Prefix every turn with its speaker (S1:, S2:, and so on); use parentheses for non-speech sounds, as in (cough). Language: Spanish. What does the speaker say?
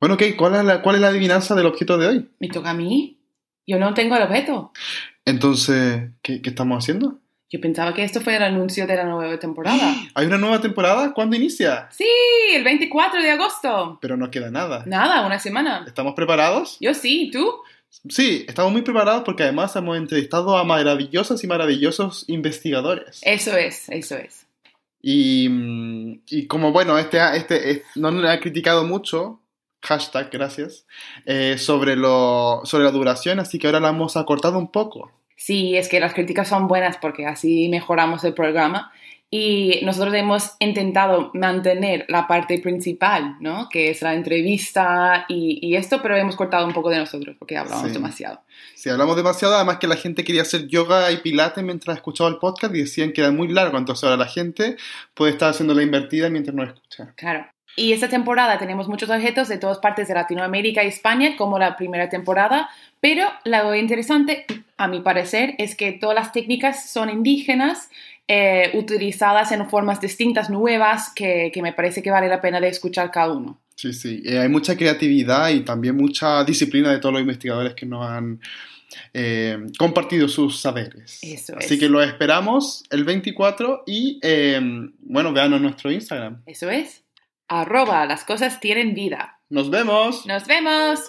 S1: Bueno, ok, ¿cuál es, la, ¿cuál es la adivinanza del objeto de hoy?
S2: ¿Me toca a mí? Yo no tengo el objeto.
S1: Entonces, ¿qué, qué estamos haciendo?
S2: Yo pensaba que esto fue el anuncio de la nueva temporada.
S1: (gasps) ¿Hay una nueva temporada? ¿Cuándo inicia?
S2: Sí, el 24 de agosto.
S1: Pero no queda nada.
S2: Nada, una semana.
S1: ¿Estamos preparados?
S2: Yo sí, ¿tú?
S1: Sí, estamos muy preparados porque además hemos entrevistado a maravillosas y maravillosos investigadores.
S2: Eso es, eso es.
S1: Y, mm, y como bueno, este, este, es- no nos ha criticado mucho, hashtag, gracias, eh, sobre, lo, sobre la duración, así que ahora la hemos acortado un poco.
S2: Sí, es que las críticas son buenas porque así mejoramos el programa y nosotros hemos intentado mantener la parte principal, ¿no? Que es la entrevista y, y esto, pero hemos cortado un poco de nosotros porque hablamos
S1: Sí.
S2: demasiado.
S1: Si hablamos demasiado, además que la gente quería hacer yoga y pilates mientras escuchaba el podcast y decían que era muy largo, entonces ahora la gente puede estar haciendo la invertida mientras nos escucha.
S2: Claro. Y esta temporada tenemos muchos objetos de todas partes de Latinoamérica y España, como la primera temporada, pero lo interesante, a mi parecer, es que todas las técnicas son indígenas, eh, utilizadas en formas distintas, nuevas, que, que me parece que vale la pena de escuchar cada uno.
S1: Sí, sí, Eh, hay mucha creatividad y también mucha disciplina de todos los investigadores que nos han eh, compartido sus saberes.
S2: Eso
S1: Así
S2: es.
S1: que lo esperamos el 24 y eh, bueno, veanos nuestro Instagram.
S2: Eso es. Arroba, las cosas tienen vida.
S1: Nos vemos.
S2: Nos vemos.